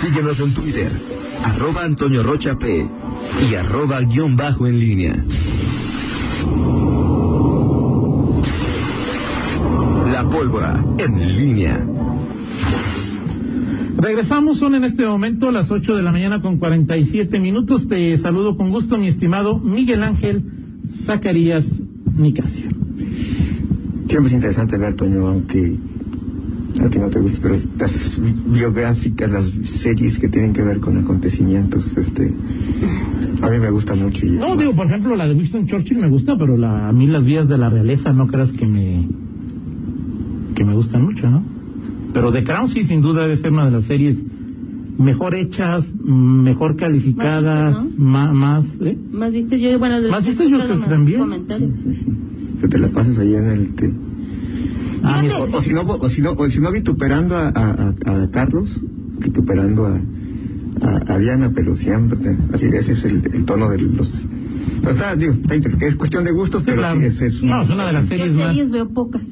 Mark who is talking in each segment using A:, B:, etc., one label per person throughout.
A: Síguenos en Twitter, arroba Antonio Rocha P y arroba guión bajo en línea. La pólvora en línea.
B: Regresamos, son en este momento las 8 de la mañana con 47 minutos. Te saludo con gusto, mi estimado Miguel Ángel Zacarías Nicasio.
C: Siempre es interesante ver, Toño, aunque a ti no te gusta, pero las biográficas, las series que tienen que ver con acontecimientos, este, a mí me gusta mucho. Y
B: No, digo, por ejemplo, la de Winston Churchill me gusta, pero la, a mí las vías de la realeza no creas que me, que me gustan mucho, ¿no? Pero The Crown sí, sin duda, debe ser una de las series mejor hechas, mm, mejor calificadas, ma- más... ¿eh?
D: Más viste yo, bueno, de
B: Más
D: los
B: vistas yo creo que también.
D: comentarios.
C: que te la pasas allá en el... te-
B: Ah, mira,
C: O, o si no, o si no, o si no vituperando a, a- a- a Carlos, vituperando a, a, a Diana, pero siempre, te- así ese es el, el tono de los... Pero está, digo, está inter- es cuestión de gustos,
B: sí,
C: pero
B: claro.
C: sí, es, es un-
B: No, es una de las
D: Yo
B: series más...
D: series veo pocas.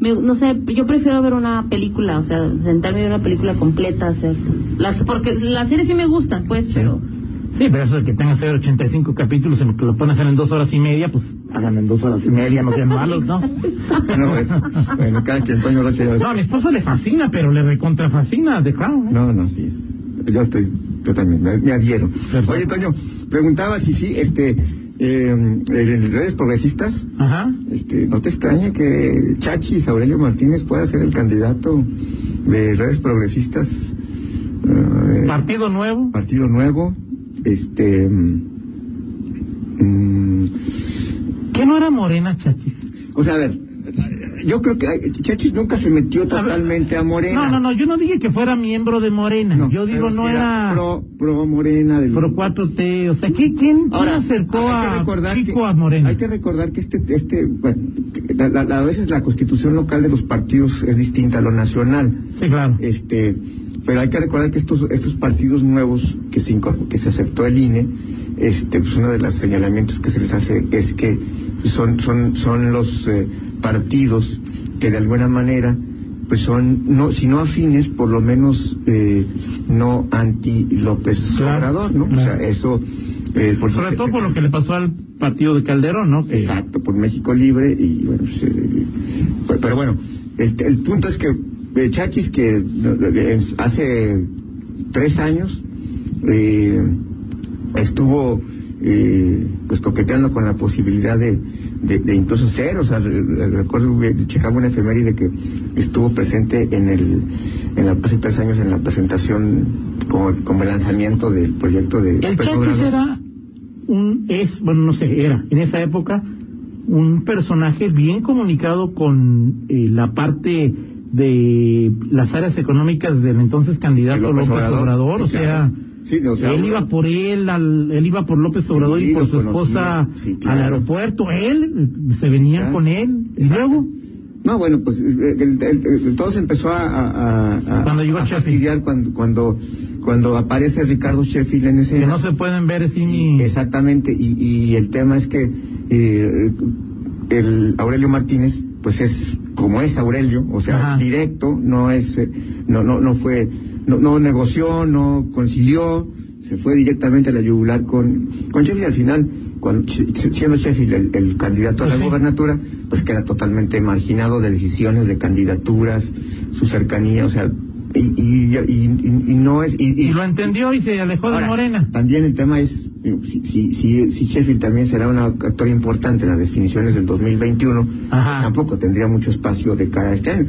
D: Me- no sé, yo prefiero ver una película, o sea, sentarme a ver una película completa, hacer las porque las series sí me gustan, pues, pero
B: Sí, pero eso de que tenga que hacer 85 capítulos en lo que lo ponen a hacer en dos horas y media, pues hagan en dos horas y media, no sean malos, ¿no?
C: No, es, bueno, cada quien, Toño Rocha, yo-
B: No, a mi esposa le fascina, pero le recontrafascina The Crown. ¿eh?
C: No, no, sí. es- Yo estoy, yo también, me, me adhiero.
B: Perfecto.
C: Oye, Toño, preguntaba si sí, este, eh, en redes progresistas,
B: Ajá.
C: este, ¿no te extraña que Chachis Aurelio Martínez pueda ser el candidato de redes progresistas? eh,
B: Partido Nuevo.
C: partido Nuevo, este. mm, mm,
B: ¿Qué no era Morena, Chachis?
C: o sea, a ver, yo creo que hay- Chachis nunca se metió
B: ver.
C: totalmente a Morena.
B: No, no, no, yo no dije que fuera miembro de Morena.
C: No,
B: yo digo,
C: pero
B: no
C: sí
B: era pro,
C: Pro, pro Morena del.
B: 4T. O sea, ¿qué, ¿quién quién acercó
C: hay que
B: a
C: recordar
B: Chico
C: que-
B: a Morena?
C: Hay que recordar que este, este bueno, que la- la- la- a veces la constitución local de los partidos es distinta a lo nacional.
B: Sí, claro.
C: Este, pero hay que recordar que estos, estos partidos nuevos que se, incorpor- que se aceptó el INE, este, pues uno de los señalamientos que se les hace es que son, son, son los eh, partidos que de alguna manera pues son, no, si no afines, por lo menos eh, no anti López
B: Claro,
C: Obrador, ¿no? O
B: claro.
C: sea, eso... eh, por
B: Sobre
C: se-
B: todo
C: se-
B: por lo que le pasó al partido de Calderón, ¿no? Que-
C: Exacto, por México Libre y bueno, pues, eh, pues, pero bueno, el, el punto es que eh, Chachis que no, eh, en- hace tres años eh, estuvo eh, pues coqueteando con la posibilidad de, de- de incluso ser, o sea, re- re- recuerdo que checaba una efeméride que estuvo presente en el en la, hace tres años en la presentación como, como el lanzamiento del proyecto de
B: El
C: López
B: Chachis
C: Obrador.
B: era un, es, bueno, no sé, era en esa época un personaje bien comunicado con eh, la parte de las áreas económicas del entonces
C: de
B: candidato López, Obrador,
C: Sí, claro.
B: o sea,
C: Sí, o sea,
B: él
C: uno-
B: iba por él, al- él iba por López
C: Sí,
B: Obrador y por
C: lo
B: su esposa
C: conocía. Sí, claro.
B: al aeropuerto, él, eh, se venían
C: claro.
B: con él, y luego,
C: No, bueno, pues eh, el- el- el- todo se empezó a, a, a- a-
B: Cuando llegó
C: a
B: Sheffield.
C: fastidiar cuando, cuando, cuando aparece Ricardo Sheffield en ese...
B: que no se pueden ver sin
C: Y- Exactamente, y, y el tema es que eh, el Aurelio Martínez, pues es como es Aurelio, o sea,
B: Ajá.
C: directo, no es, eh, no, no, no fue, no, no negoció, no concilió, se fue directamente a la yugular con, con Sheffield al final, con, siendo Sheffield el, el candidato
B: Pues
C: a la
B: sí.
C: gobernatura, pues queda totalmente marginado de decisiones, de candidaturas, su cercanía, o sea, y, y, y- y- y no es... y- y-
B: y lo entendió y se alejó de
C: Ahora,
B: Morena.
C: También el tema es, digo, si, si, si, si Sheffield también será un actor importante en las definiciones del 2021,
B: Ajá.
C: pues tampoco tendría mucho espacio de cara a este año.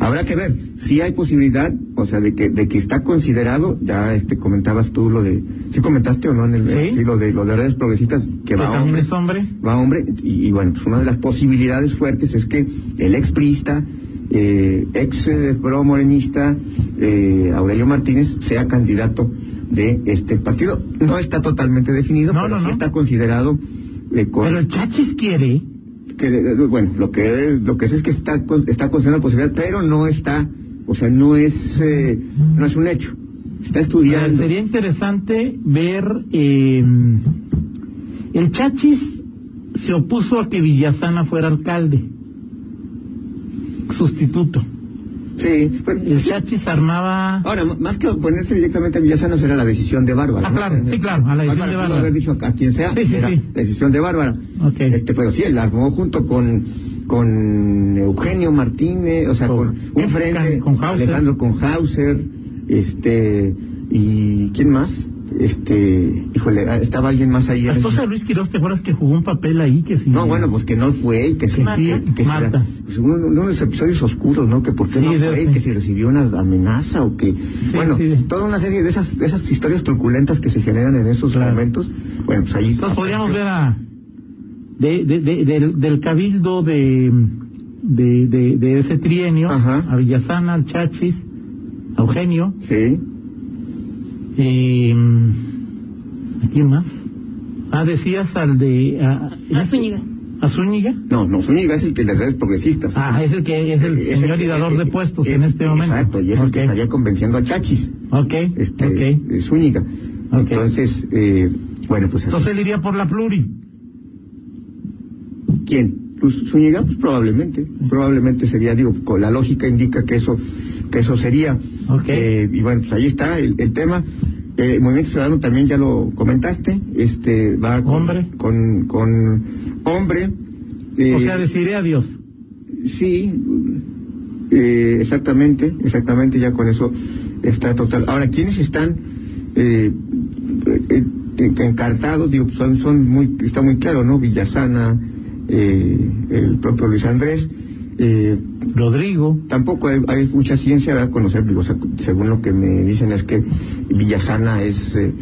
C: Habrá que ver, si hay posibilidad, o sea, de que, de que está considerado, ya este comentabas tú lo de, ¿sí comentaste o no en el,
B: Sí.
C: lo de lo de redes progresistas que
B: Que
C: va
B: también
C: hombre,
B: es hombre.
C: va hombre, y, y bueno, pues una de las posibilidades fuertes es que el ex priista, eh, ex eh, pro morenista, eh, Aurelio Martínez, sea candidato de este partido. No está totalmente definido,
B: No,
C: pero
B: no,
C: sí
B: no.
C: está considerado eh, con-
B: Pero el Chachis quiere
C: que, eh, bueno, lo que lo que es es que está con- está considerado la posibilidad, pero no está, o sea, no es eh, no es un hecho. Está
B: Ah,
C: estudiando.
B: sería interesante ver. eh, el Chachis se opuso a que Villasana fuera alcalde. Sustituto.
C: Sí, bueno,
B: El Chachis armaba...
C: Ahora, m- más que oponerse directamente a Villasano será la decisión de Bárbara.
B: Ah,
C: ¿no?
B: claro, sí, claro, a la decisión de
C: pudo
B: Bárbara.
C: haber dicho a, a quien sea,
B: Sí, sí,
C: era
B: sí.
C: la decisión de Bárbara.
B: Ok.
C: Este, pero sí, él armó junto con, con Eugenio Martínez, o sea,
B: Con-
C: con, un frente,
B: con Hauser.
C: Alejandro con Hauser, este, y ¿quién más? Este, híjole, ah, estaba alguien más ahí.
B: La esposa de Luis Quiroz, ¿te acuerdas que jugó un papel ahí que sí?
C: No, bueno, pues que no fue y que se
B: Marta.
C: que se-
B: Marta.
C: pues, uno, uno de los episodios oscuros, ¿no? Que por qué
B: Sí,
C: no
B: de-
C: fue,
B: sí.
C: que si recibió una amenaza o que... bueno,
B: sí.
C: toda una serie de esas, de esas historias truculentas que se generan en esos
B: Claro.
C: momentos. Bueno, pues ahí...
B: Entonces podríamos ver a... de- de- de- del, del cabildo de, de, de, de ese trienio,
C: Ajá.
B: a Villasana, al Chachis, a Eugenio,
C: Sí,
B: eh, mm, ¿a quién más? Ah, decías al de... A,
D: A Zúñiga.
B: ¿A Zúñiga?
C: no, no, Zúñiga es el que las redes progresistas.
B: Ah, es el que es el
C: Eh, es
B: señor
C: que-
B: y dador
C: eh,
B: de puestos
C: eh,
B: en este momento.
C: Exacto, y es el que
B: Ok,
C: estaría convenciendo a Chachis,
B: Ok,
C: este,
B: ok.
C: eh, Zúñiga.
B: Ok.
C: Entonces, eh, bueno, pues...
B: Entonces él iría por la pluri.
C: ¿Quién? Luz Zúñiga, pues probablemente, probablemente sería, digo, con la lógica indica que eso, que eso sería.
B: Ok.
C: Eh, y bueno, pues ahí está el, el tema. Eh, Movimiento Ciudadano también ya lo comentaste, este va con
B: Hombre.
C: con, con hombre. eh,
B: o sea, deciré adiós.
C: sí, eh, exactamente, exactamente, ya con eso está total. Ahora, ¿quiénes están eh, eh, eh, encartados? Digo, son, son muy, está muy claro, ¿no? Villasana, eh, el propio Luis Andrés. Eh,
B: Rodrigo.
C: tampoco hay, hay mucha ciencia a conocer, digo, o sea, según lo que me dicen es que Villasana es eh,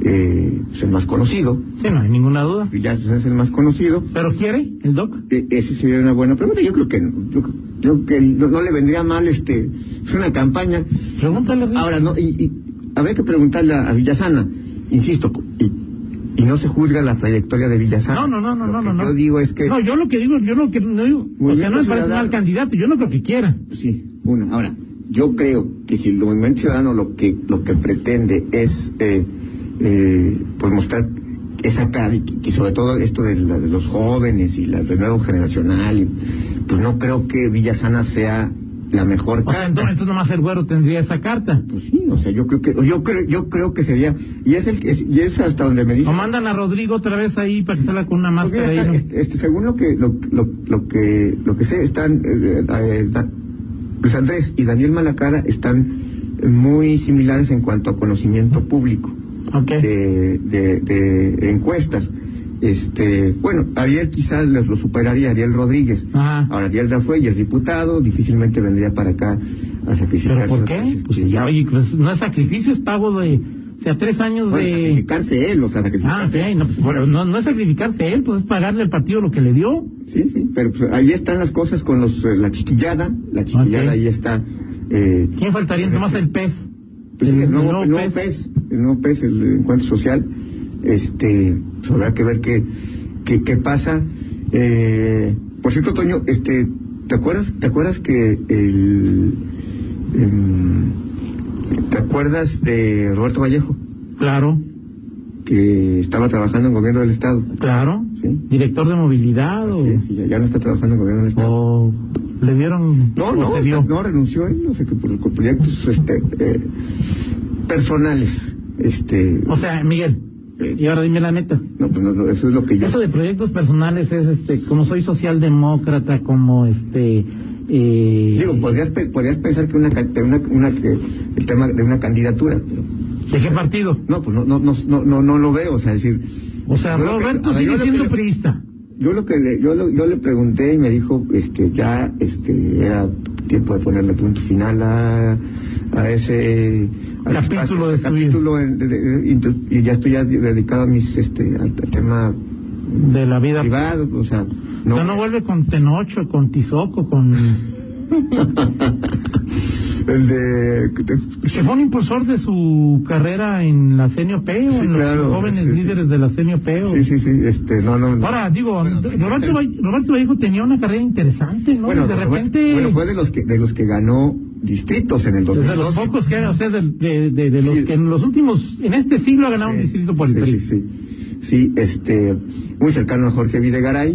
C: eh, pues el más conocido,
B: Sí, no hay ninguna duda.
C: Villasana es el más conocido,
B: ¿Pero quiere el doc?
C: Eh, Esa sería una buena pregunta. Yo creo que, no. yo, yo creo que no, no le vendría mal este es una campaña.
B: Pregúntale. Rick.
C: Ahora, no, y, y habría que preguntarle a, a Villasana, insisto, co- y, y no se juzga la trayectoria de Villasana.
B: no, no, no, no,
C: Lo
B: no,
C: que
B: no, no.
C: Yo digo es que.
B: No, yo lo que digo, yo lo que no digo. O sea,
C: Movimiento
B: no me parece mal
C: Ciudadano.
B: candidato, yo no creo que quiera.
C: Sí, una. Ahora, yo creo que si el movimiento ciudadano lo que lo que pretende es eh, eh, pues mostrar esa cara y, y sobre todo esto de, la- de los jóvenes y la- el relevo generacional, y, pues no creo que Villasana sea la mejor
B: O sea,
C: carta.
B: entonces nomás el güero tendría esa carta.
C: Pues sí, o sea, yo creo que yo creo yo creo que sería y es el que- es- y es hasta donde me dijo.
B: O mandan a Rodrigo otra vez ahí para que salga con una
C: Pues mira,
B: máscara ahí.
C: está-
B: ¿no?
C: este, este, según lo que lo, lo, lo que lo que sé están eh, eh, da- Luis Andrés y Daniel Malacara están eh, muy similares en cuanto a conocimiento público
B: Ok.
C: de, de- de encuestas. Este, bueno, Ariel quizás les lo superaría Ariel Rodríguez.
B: Ajá.
C: Ahora Ariel ya fue y es diputado, difícilmente vendría para acá a Este, sacrificar.
B: ¿Pero por qué? Pues ya, oye, pues, no es sacrificio, es pago de. O sea, tres años de.
C: sacrificarse él, o sea,
B: Ah,
C: sacrificarse.
B: sí, no, pues, bueno, no, no es sacrificarse él, pues es pagarle al partido lo que le dio.
C: Sí, sí, pero pues, ahí están las cosas con los, eh, la chiquillada, la chiquillada
B: Ok.
C: ahí está. Eh,
B: ¿Quién faltaría? Nomás el pez.
C: pues, el, nuevo, el nuevo
B: pez.
C: PES, el nuevo PES, el encuentro social, este, pues, habrá que ver qué, qué, qué pasa. Eh, por cierto, Toño, este, ¿te acuerdas, te acuerdas que el, em, te acuerdas de Roberto Vallejo,
B: Claro,
C: que estaba trabajando en gobierno del Estado?
B: claro.
C: Sí.
B: Director de movilidad o,
C: Así es, y ya, ya no está trabajando en gobierno del Estado.
B: o le dieron.
C: No,
B: o
C: no,
B: se
C: o sea,
B: dio?
C: no renunció él, o sea, que por, por proyectos este, eh, personales. Este,
B: O sea, Miguel, y ahora dime la neta.
C: no, pues no, no, eso es lo que yo.
B: Eso de proyectos personales es, este, como soy socialdemócrata, como este. eh,
C: Digo, podrías, pe- podrías pensar que una, ca- de una, una que- el tema de una candidatura, pero
B: ¿De qué partido?
C: no, pues no, no, no, no, no, no lo veo, o sea, es decir.
B: O sea,
C: yo lo que-
B: Roberto
C: a ver, yo
B: sigue
C: lo que-
B: siendo priista.
C: Yo lo que le, yo, lo- yo le pregunté y me dijo, este, ya, este, era tiempo de ponerle punto final a, a ese al
B: Capítulo
C: espacio,
B: de
C: ese
B: tu vida.
C: capítulo en- de- de- de- y ya estoy ya dedicado a mis, este, al tema
B: De la vida.
C: privado, o sea,
B: o sea, no vuelve con Tenocho, con Tizoco, con.
C: el de,
B: Se fue un impulsor de su carrera en la CNOP o
C: Sí,
B: en los
C: claro,
B: jóvenes
C: sí, sí,
B: líderes
C: sí.
B: de la CNOP. o-
C: sí, sí, sí, este, no, no, no.
B: Ahora, digo,
C: Bueno,
B: Roberto, Valle- Roberto Vallejo tenía una carrera interesante, ¿no?
C: bueno,
B: de repente,
C: bueno, fue de los que, de los que ganó distritos en el
B: desde
C: 2012.
B: los pocos que, o sea, de, de- de- de los
C: Sí.
B: que en los últimos, en este siglo ha ganado un
C: Sí,
B: distrito por el
C: sí,
B: PRI.
C: sí, sí. Sí, este, muy cercano a Jorge Videgaray.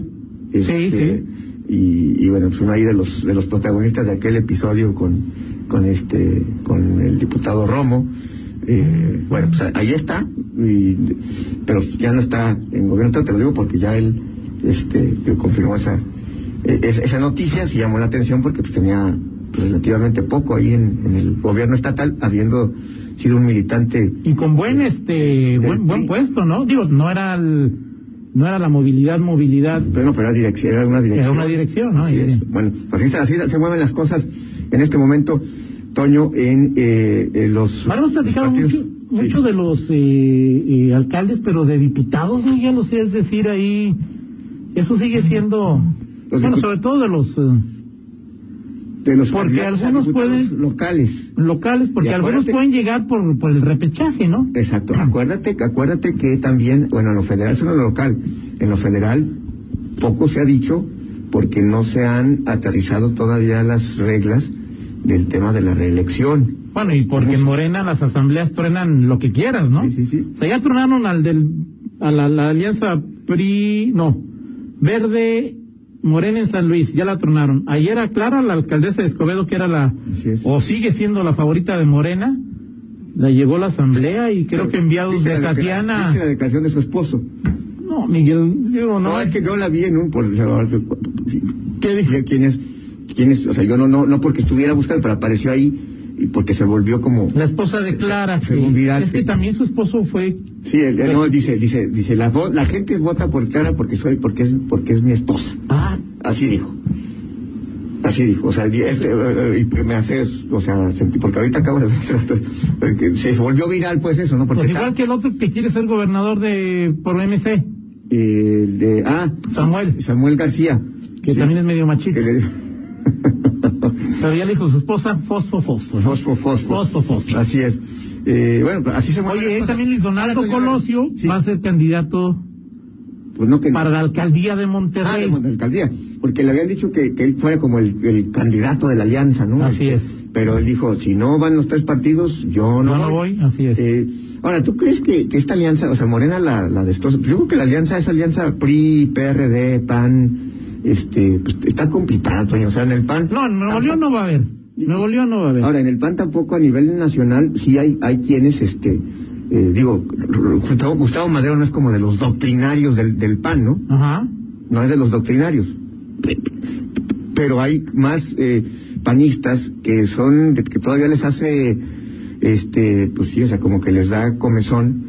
B: Sí,
C: este,
B: sí.
C: Y, y bueno, pues uno ahí de los, de los protagonistas de aquel episodio con con este con el diputado Romo eh, bueno pues ahí está y- pero ya no está en gobierno estatal, te lo digo porque ya él este confirmó esa eh, es- esa noticia se llamó la atención porque pues, tenía pues, relativamente poco ahí en, en el gobierno estatal habiendo sido un militante
B: Y con buen este buen, buen puesto, ¿no? Digo, no era el, no era la movilidad, movilidad.
C: Bueno, pero era, direc- era una dirección.
B: Era una dirección, ¿no?
C: Así
B: Y-
C: es. Bueno, pues así, está- así se mueven las cosas en este momento, Toño, en eh, eh, los.
B: Ahora hemos platicado
C: partidos.
B: mucho, mucho
C: Sí.
B: de los eh, eh, alcaldes, pero de diputados, Miguel, o sea, es decir, ahí eso sigue siendo,
C: Los
B: bueno,
C: dipu-
B: sobre todo de los eh,
C: de los
B: porque
C: candidatos a
B: algunos
C: diputados
B: pueden-
C: locales.
B: locales, porque
C: Y
B: algunos
C: acuérdate-
B: pueden llegar por, por el repechaje, ¿no?
C: Exacto. Acuérdate, que- acuérdate que también, bueno, en lo federal, eso no es lo local, en lo federal poco se ha dicho porque no se han aterrizado todavía las reglas del tema de la reelección.
B: Bueno, y porque en Morena las asambleas truenan lo que quieras, ¿no?
C: Sí, sí, sí.
B: O sea, ya tronaron al del, a la, la alianza PRI, no, Verde Morena en San Luis, ya la tronaron. Ayer a Clara, la alcaldesa de Escobedo, que era la,
C: Así es.
B: o sigue siendo la favorita de Morena, la llegó la asamblea y creo que enviados
C: Dice la
B: de
C: declara-
B: Tatiana.
C: dice la declaración de su esposo.
B: No, Miguel, digo,
C: No,
B: no,
C: es que yo la vi en un. Por,
B: ¿Qué
C: dije? ¿Quién es? ¿Quién es? O sea, yo no, no, no porque estuviera buscando, pero apareció ahí y porque se volvió como.
B: la esposa
C: se-
B: de
C: se-
B: Clara,
C: según
B: que-
C: viral,
B: es que
C: que-
B: también su esposo fue
C: Sí, él- él no, dice, dice, dice, la, vo- la gente vota por Clara porque soy, porque es, porque es mi esposa.
B: ah,
C: Así dijo. Así dijo, o sea, y este, eh, eh, y me hace, o sea, sentí, porque ahorita acabo de ver, porque se volvió viral pues eso, ¿no? Porque
B: pues
C: está-
B: igual que el otro que quiere ser gobernador de por MC,
C: eh, de, ah,
B: Samuel,
C: Samuel García.
B: que
C: Sí.
B: también es medio machito.
C: Que le-
B: Pero ya le dijo su esposa, fosfo, fosfo. ¿no?
C: Fosfo, fosfo.
B: Fosfo, fosfo.
C: Así es. Eh, bueno, pues así se mueven
B: Oye,
C: las
B: ahí
C: cosas.
B: también Luis Donaldo
C: Ahora, señora,
B: Colosio
C: Ah, sí,
B: va a ser candidato
C: Pues no que no.
B: para la alcaldía de Monterrey.
C: Ah, de Monte alcaldía. Porque le habían dicho que, que él fuera como el, el candidato de la alianza, ¿no?
B: Así es.
C: Pero él dijo, si no van los tres partidos, yo no,
B: No, no voy, así es.
C: Eh, ahora, ¿tú crees que, que esta alianza, o sea, Morena la, la destroza? Yo creo que la alianza, esa alianza PRI, PRD, PAN, este, pues, está complicada, Toño. O sea, en el PAN...
B: No, en Nuevo
C: tampoco-
B: León no va a haber. Nuevo León no va a haber.
C: Ahora, en el PAN tampoco a nivel nacional sí hay, hay quienes, este, eh, digo, Gustavo, Gustavo Madero no es como de los doctrinarios del, del PAN, ¿no?
B: Ajá.
C: No es de los doctrinarios. Pe- Pero hay más eh, panistas que son, de- que todavía les hace, este, pues sí, o sea, como que les da comezón,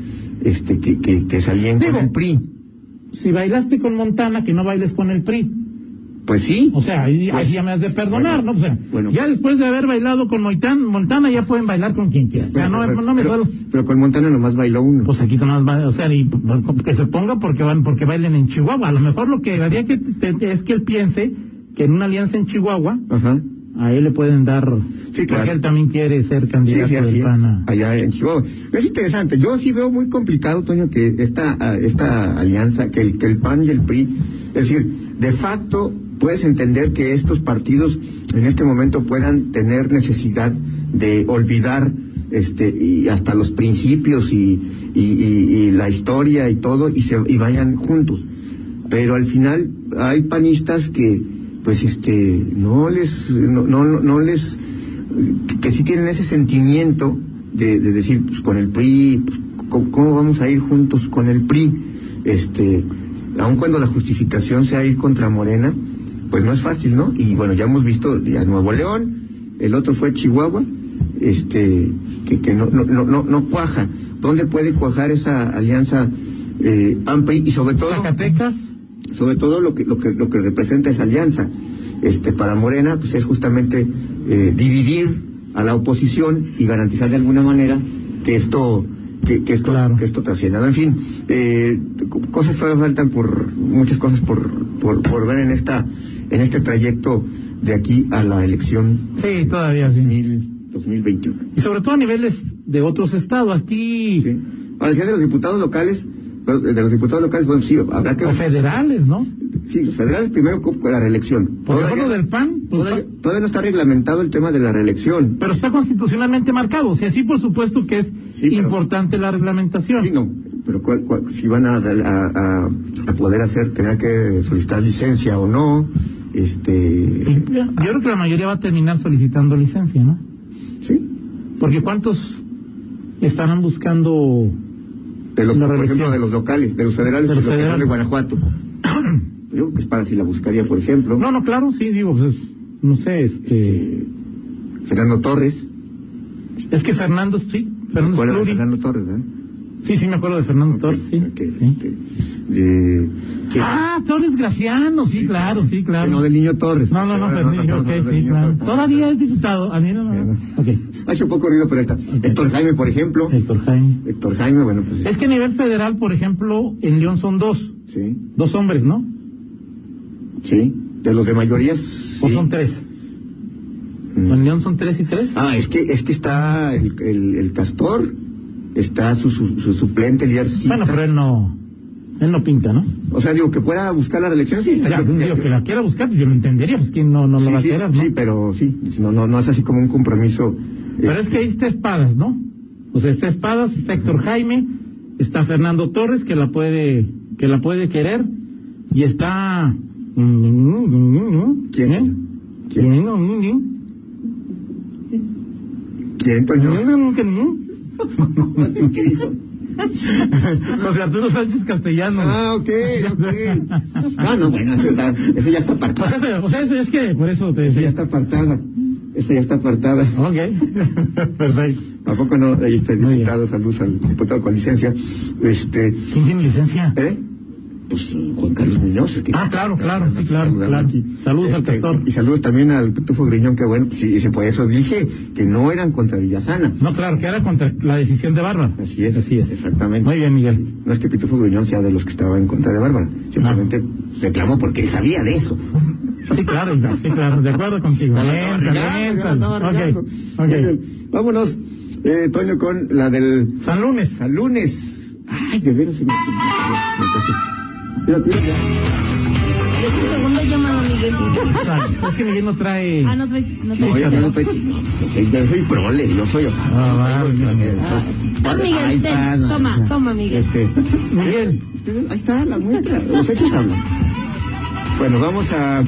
C: este, que, que, que salían con
B: Digo.
C: el PRI.
B: Si bailaste con Montana, que no bailes con el PRI.
C: Pues sí.
B: O sea, ahí,
C: Pues,
B: ahí ya me has de perdonar,
C: bueno,
B: ¿no? O sea,
C: bueno.
B: ya después de haber bailado con Moitán, Montana ya pueden bailar con quien quiera. O sea, no, no me
C: pero,
B: suelo.
C: pero con Montana nomás bailó uno.
B: Pues aquí nomás va, o sea, y, pues, que se ponga porque van, porque bailen en Chihuahua. A lo mejor lo que habría que te- te- es que él piense que en una alianza en Chihuahua
C: Ajá.
B: a él le pueden dar,
C: Sí, claro.
B: porque él también quiere ser
C: Sí,
B: candidato
C: sí, así
B: del
C: es.
B: PAN a-
C: Allá en Chihuahua. Es interesante. Yo sí veo muy complicado, Toño, que esta, ah, esta alianza, que el, que el PAN y el PRI, es decir, de facto puedes entender que estos partidos en este momento puedan tener necesidad de olvidar este y hasta los principios y, y, y- y la historia y todo y se y vayan juntos pero al final hay panistas que pues este no les no no, no- no les que, que sí tienen ese sentimiento de, de decir pues con el PRI pues, ¿cómo, cómo vamos a ir juntos con el PRI este aun cuando la justificación sea ir contra Morena pues no es fácil no y bueno ya hemos visto ya Nuevo León el otro fue Chihuahua este que, que no, no, no, no, no cuaja dónde puede cuajar esa alianza eh, PAN PRI y sobre todo
B: Zacatecas.
C: sobre todo lo que lo que lo que representa esa alianza este para Morena pues es justamente eh, dividir a la oposición y garantizar de alguna manera que esto que, que esto
B: Claro.
C: que esto trascienda en fin eh, co- cosas todavía faltan por muchas cosas por, por por ver en esta en este trayecto de aquí a la elección
B: Sí, todavía sí.
C: 2000 2021
B: Y sobre todo a niveles de otros estados, aquí,
C: ¿sí? ahora decía de los diputados locales pero, eh, de los diputados locales bueno sí habrá que
B: o federales, ¿no?
C: sí los federales primero con con la reelección
B: Por
C: Todavía-
B: ejemplo, del PAN, pues,
C: Todavía, todavía no está reglamentado el tema de la reelección.
B: pero está constitucionalmente marcado. O sea, sí, por supuesto que es
C: Sí, pero-
B: importante la reglamentación.
C: Sí, no, pero cuál- cuál- si van a, a- a- a poder hacer, tener que solicitar licencia o no, este...
B: Y Yo creo que la mayoría va a terminar solicitando licencia, ¿no?
C: ¿sí?
B: Porque ¿cuántos estarán buscando
C: De los,
B: La
C: por
B: revisión.
C: ejemplo, de los locales, de los federales
B: De
C: y
B: los
C: los locales de
B: federales.
C: Guanajuato. Yo creo que es para si la buscaría, por ejemplo,
B: No, no, claro, sí, digo, pues, no sé, este...
C: eh, Fernando Torres.
B: Es que Fernando, sí, Fernando
C: ¿Cuál era
B: Scluri.
C: Fernando Torres? ¿eh?
B: Sí, sí, me acuerdo de Fernando Torres, sí.
C: Ok,
B: Sí.
C: este, eh, que-
B: Ah, Torres Graciano, sí, claro, sí, claro.
C: No, del niño Torres. Ah,
B: No, no, no,
C: Ahora
B: Fernillo,
C: tratamos
B: ok,
C: del
B: sí,
C: niño
B: claro.
C: Torres.
B: Todavía es diputado. A mí no, no.
C: Bueno.
B: Ok.
C: Ha hecho poco ruido, pero ahí está. Héctor Jaime, por ejemplo.
B: Héctor Jaime.
C: Héctor Jaime, bueno, pues.
B: Es que a nivel federal, por ejemplo, en León son dos.
C: Sí,
B: Dos hombres, ¿no?
C: sí. De los de mayorías. sí.
B: O Pues son tres.
C: Mm.
B: En León son tres y tres.
C: Ah, es que, es que está el, el, el Castor, está su, su, su suplente, el Yarcita.
B: Bueno, pero él no. Él no pinta, ¿no?
C: O sea, digo, que fuera a buscar la reelección, sí, está
B: Ya,
C: yo-
B: digo, que la quiera buscar, pues yo lo entendería, pues quién no, no lo
C: sí,
B: va a
C: sí,
B: querer, ¿no?
C: sí, pero sí, no, no, no es así como un compromiso.
B: Pero
C: eh,
B: es que ahí está Espadas, ¿no? O sea, está Espadas, está Héctor Jaime, está Fernando Torres que la puede que la puede querer y está mm,
C: ¿Quién?
B: ¿Eh?
C: ¿Quién? ¿Quién, Toño? ¿Qué dijo?
B: José Arturo Sánchez Castellano.
C: Ah, ok, ok. Ah, no, bueno, ese, está- ese ya está
B: O sea,
C: apartada.
B: eso- o sea, eso es que por eso te
C: Ese ya
B: decía.
C: está apartada. Ese ya está apartada.
B: Ok. Perfecto.
C: ¿A poco no? Ahí está el
B: Muy bien.
C: diputado, saludos al diputado con licencia. Este,
B: ¿Quién tiene licencia?
C: ¿Eh? Pues eh, Juan Carlos Muñoz. el que-
B: Ah, claro, claro, sí, claro,
C: Saludamos
B: claro. Saludos al Castor.
C: Este, Y saludos también al Pitufo Griñón, que bueno, sí, ese- por eso dije que no eran contra Villasana.
B: No, claro, que era contra la decisión de Bárbara.
C: Así es,
B: Así es.
C: exactamente.
B: Muy bien, Miguel.
C: No es que Pitufo Griñón sea de los que estaba en contra de Bárbara, simplemente
B: Ah.
C: reclamó porque él sabía de eso.
B: Sí, claro, Iván, sí, claro, de acuerdo contigo. Lenta, lenta.
C: Regando,
B: Ok,
C: regando. Muy
B: ok.
C: bien. Vámonos, eh, Toño, con la del
B: San Lunes.
C: al lunes. Ay, de veras se me... Fíjate, fíjate.
D: Es tu segundo llamado, Miguel.
B: Exacto. Es que Miguel no trae.
D: Ah, no trae,
C: No,
D: no trae.
C: yo no soy chino, yo soy, yo soy prole, yo soy, o sea,
B: Ah,
C: yo soy-
B: va,
C: yo soy-
B: Miguel.
C: yo soy-
D: Ah, Miguel,
C: Ay,
D: ten,
C: pana,
D: toma,
C: o sea,
D: toma, Miguel.
C: este,
B: Miguel.
C: ustedes- ahí está la muestra, los hechos hablan. Bueno, vamos a,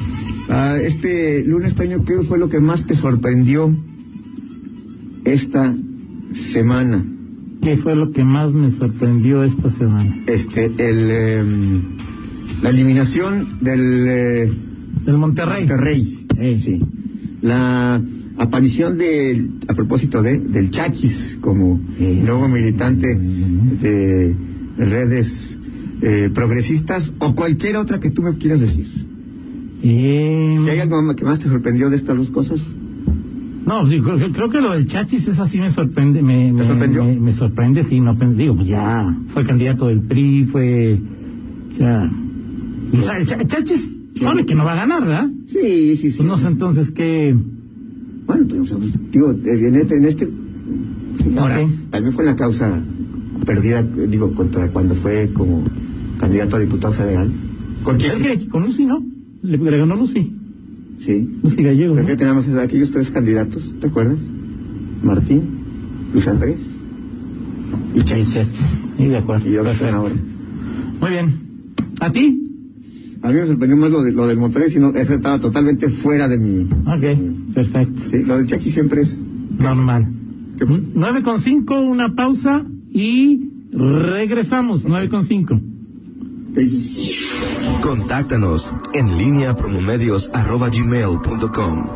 C: a este lunes, Toño, ¿qué fue lo que más te sorprendió esta semana?
B: ¿Qué fue lo que más me sorprendió esta semana?
C: Este, el, em, la eliminación del... eh,
B: El Monterrey.
C: Monterrey.
B: Eh.
C: Sí. La aparición del, a propósito de, del Chachis como
B: Sí.
C: nuevo militante de redes eh, progresistas o cualquier otra que tú me quieras decir.
B: Eh,
C: Si hay algo que más te sorprendió de estas dos cosas,
B: No, sí, creo, creo que lo del Chatis es así me sorprende. Me, me-
C: sorprendió?
B: Me, me sorprende, sí, no pen- digo, pues ya fue candidato del PRI, fue. O sea. y sa- el Cha- Chachis sabe que no va a ganar, ¿verdad?
C: sí, sí, sí.
B: Pues no sé entonces qué.
C: Bueno, pues, o sea, pues, digo, eh, en este, en este- ahora,
B: Ok.
C: también fue la causa perdida, eh, digo, contra cuando fue como candidato a diputado federal. ¿Con quién?
B: Es que con Lucy, ¿no? Le, le ganó Lucy.
C: Sí.
B: Lucy Gallego. ¿no?
C: Pero fíjate nada más a aquellos tres candidatos, ¿te acuerdas? Martín, Luis Andrés y Chay.
B: Sí, de acuerdo.
C: Y yo que son
B: Perfecto.
C: ahora.
B: Muy bien. ¿A ti?
C: A mí me sorprendió más lo, de, lo del Monterrey, sino eso estaba totalmente fuera de mi...
B: Ok, perfecto.
C: Sí, lo del Chachi siempre es...
B: Normal.
C: ¿Qué pasó?
B: 9.5, una pausa y regresamos. 9.5.
C: Ey.
A: Contáctanos en línea promomedios arroba gmail punto com.